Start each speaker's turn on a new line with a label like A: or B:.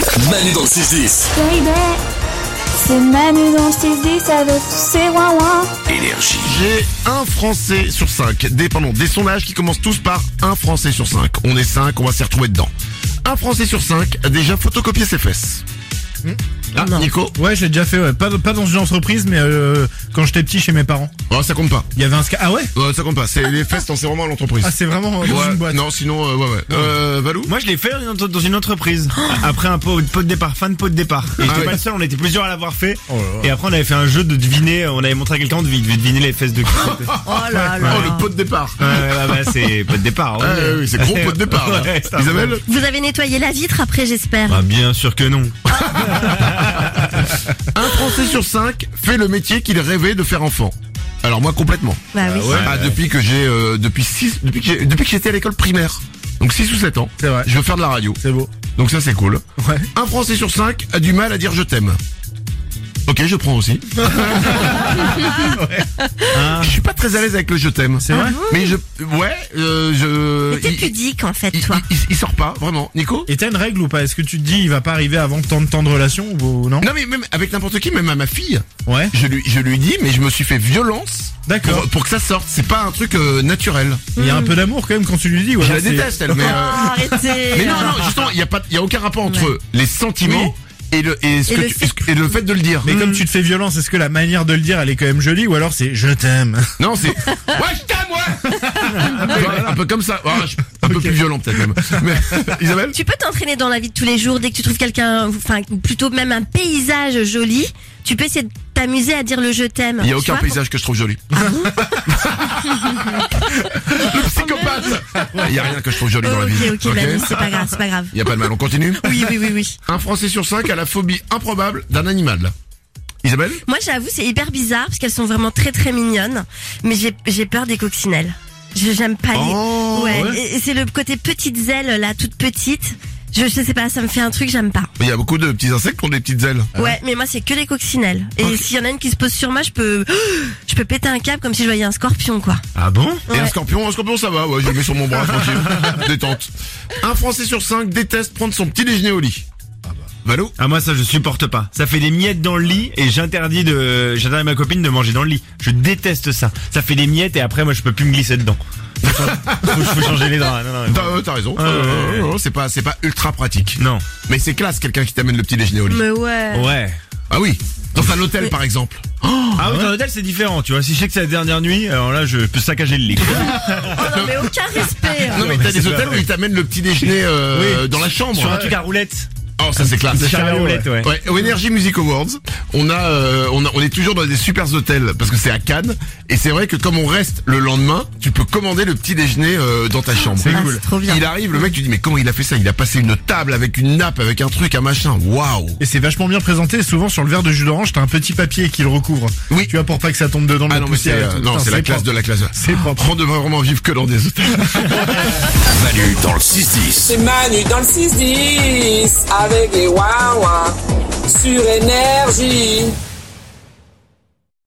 A: Manu dans le 6-10.
B: Baby, c'est Manu dans le 6-10 avec tous ses ouin
A: Énergie.
C: J'ai un Français sur cinq. Des, pardon, des sondages qui commencent tous par un Français sur cinq. On est cinq, on va s'y retrouver dedans. Un Français sur cinq a déjà photocopié ses fesses. Ah,
D: Non.
C: Nico
D: Ouais, j'ai déjà fait, ouais. Pas, pas dans une entreprise, mais euh, quand j'étais petit chez mes parents.
C: Oh, ça compte pas.
D: Il y avait un ska. Ah ouais
C: Oh, ça compte pas. C'est les fesses, non, c'est vraiment à l'entreprise.
D: Ah, c'est vraiment euh, dans
C: Ouais,
D: une boîte.
C: Non, sinon, euh, ouais, ouais. Euh, Valou
E: Moi, je l'ai fait dans dans une entreprise. Après un pot, pot de départ, fin de pot de départ. Et j'étais
C: Ah ouais. Oh
E: pas le seul, on était plusieurs à l'avoir fait. Et après, on avait fait un jeu de deviner. On avait montré à quelqu'un de devait deviner les fesses de qui c'était.
F: Oh là là.
C: Oh, le pot de départ.
E: Ouais, ouais, ouais, bah, c'est pot de départ.
C: Ah, oui, oui, c'est gros pot de départ. là.
E: Ouais, c'est un
C: Isabelle
F: Vous avez nettoyé la vitre après, j'espère.
E: Bah, bien sûr que non.
C: Un Français sur cinq fait le métier qu'il rêvait de faire enfant. Alors moi complètement.
F: Bah oui.
C: Ah, depuis que j'ai euh, depuis six depuis que j'ai- depuis que j'étais à l'école primaire. Donc 6 ou 7 ans.
D: C'est vrai.
C: Je veux faire de la radio.
D: C'est beau.
C: Donc ça c'est cool.
D: Ouais.
C: Un Français sur 5 a du mal à dire je t'aime. Ok, je prends aussi. Je suis pas très à l'aise avec le je t'aime.
D: Ah. C'est vrai
C: Mais je ouais, euh, je
F: Mais t'es
C: il-
F: pudique en fait,
C: il,
F: toi.
C: il- il- il sort pas vraiment, Nico
D: Et t'as une règle ou pas Est-ce que tu te dis il va pas arriver avant tant de temps de relation ou non
C: Non mais même avec n'importe qui, même à ma fille,
D: Ouais.
C: je lui je lui dis mais je me suis fait violence
D: D'accord.
C: pour, pour que ça sorte, c'est pas un truc euh, naturel.
D: Il y
E: Mm.
D: a un peu d'amour quand même quand tu lui dis. ou
C: Je
D: alors
C: la
D: c'est-
C: déteste elle mais euh,
F: Ah, arrêtez.
C: Mais non, non, justement, il n'y a, pas- y a aucun rapport entre les sentiments et, le, et, ce
F: Et
C: que
F: le
C: tu-
F: fait.
C: ce que- et le fait de le dire.
D: Mais
E: Mm.
D: comme tu te fais violence, est-ce que la manière de le dire elle est quand même jolie ou alors c'est je t'aime
C: Non, c'est. Ouais, je t'aime, ouais Tu vois, Un peu comme ça. Ah, je- un peu plus violent, peut-être même. Mais, Isabelle
F: Tu peux t'entraîner dans la vie de tous les jours dès que tu trouves quelqu'un, enfin ou plutôt même un paysage joli. Tu peux essayer de t'amuser à dire le je t'aime.
C: Il n'y a
F: Tu
C: aucun
F: vois, Ah
C: paysage que je trouve joli. le psychopathe Il n'y a rien que je trouve joli dans la vie.
F: Ok, ok,
C: Ok
F: Manu, c'est pas grave, c'est pas grave.
C: Il n'y a pas de mal, on continue
F: Oui, oui, oui, oui.
C: Un Français sur cinq a la phobie improbable d'un animal. Isabelle
F: Moi, j'avoue, c'est hyper bizarre parce qu'elles sont vraiment très très mignonnes, mais j'ai j'ai peur des coccinelles. Je j'aime pas les.
C: Oh,
F: ouais.
C: ouais.
F: et- et C'est le côté petites ailes là, toutes petites. Je, je sais pas, ça me fait un truc, j'aime pas.
C: Il y a beaucoup de petits insectes qui ont des petites ailes.
F: Ah Ouais, mais moi c'est que les coccinelles. Et s'il y en a une qui se pose sur moi, je peux, je peux péter un câble comme si je voyais un scorpion quoi.
D: Ah bon
C: Et un
F: Ouais.
C: scorpion, un scorpion ça va, ouais, je le mets sur mon bras tranquille. Détente. Un Français sur cinq déteste prendre son petit déjeuner au lit. Valou
E: Ah, moi, ça, je supporte pas. Ça fait des miettes dans le lit et j'interdis de, j'interdis à ma copine de manger dans le lit. Je déteste ça. Ça fait des miettes et après, moi, je peux plus me glisser dedans. Faut, faut changer les draps. Non, non,
C: T'as euh, t'as raison,
E: ouais,
C: Euh,
E: ouais, ouais.
C: non, c'est pas c'est pas ultra pratique.
E: non.
C: Mais c'est classe quelqu'un qui t'amène le petit déjeuner au lit.
F: Mais ouais.
E: Ouais.
C: Ah oui, dans un hôtel par exemple.
E: Ah oui, dans l'hôtel c'est différent, tu vois. Si je sais que c'est la dernière
D: euh,
E: nuit, alors là je peux saccager le lit.
F: Oh non, mais aucun respect. hein.
C: Non mais
E: mais
C: t'as des
E: c'est pas
C: hôtels où
E: vrai.
C: ils t'amènent le petit déjeuner euh, dans la chambre.
E: Sur un truc à roulette.
C: Oh ça c'est classe.
E: C'est
D: chariot,
E: chariot roulette, ouais.
C: Ouais, au Energy Music Awards, on a, euh, on a- on est toujours dans des super hôtels parce que c'est à Cannes et c'est vrai que comme on reste le lendemain, tu peux commander le petit déjeuner euh, dans ta chambre.
F: Ah, cool. c'est trop bien.
C: Il arrive, le mec, tu dis mais comment il a fait ça Il a passé une table avec une nappe, avec un truc, un machin. Waouh
D: Et c'est vachement bien présenté. Souvent sur le verre de jus d'orange, t'as un petit papier qui le recouvre.
C: Oui.
D: Tu vois pour pas que ça tombe dedans de
C: Ah
D: la
C: non mais c'est,
D: poussière. et
C: euh,
D: tout.
C: non
D: Putain,
C: c'est la classe
D: propre.
C: de la classe.
D: C'est propre.
C: On devrait vraiment vivre que dans des hôtels.
A: Manu dans le 6-10.
G: C'est Manu dans le 6-10 avec les Wawa sur énergie.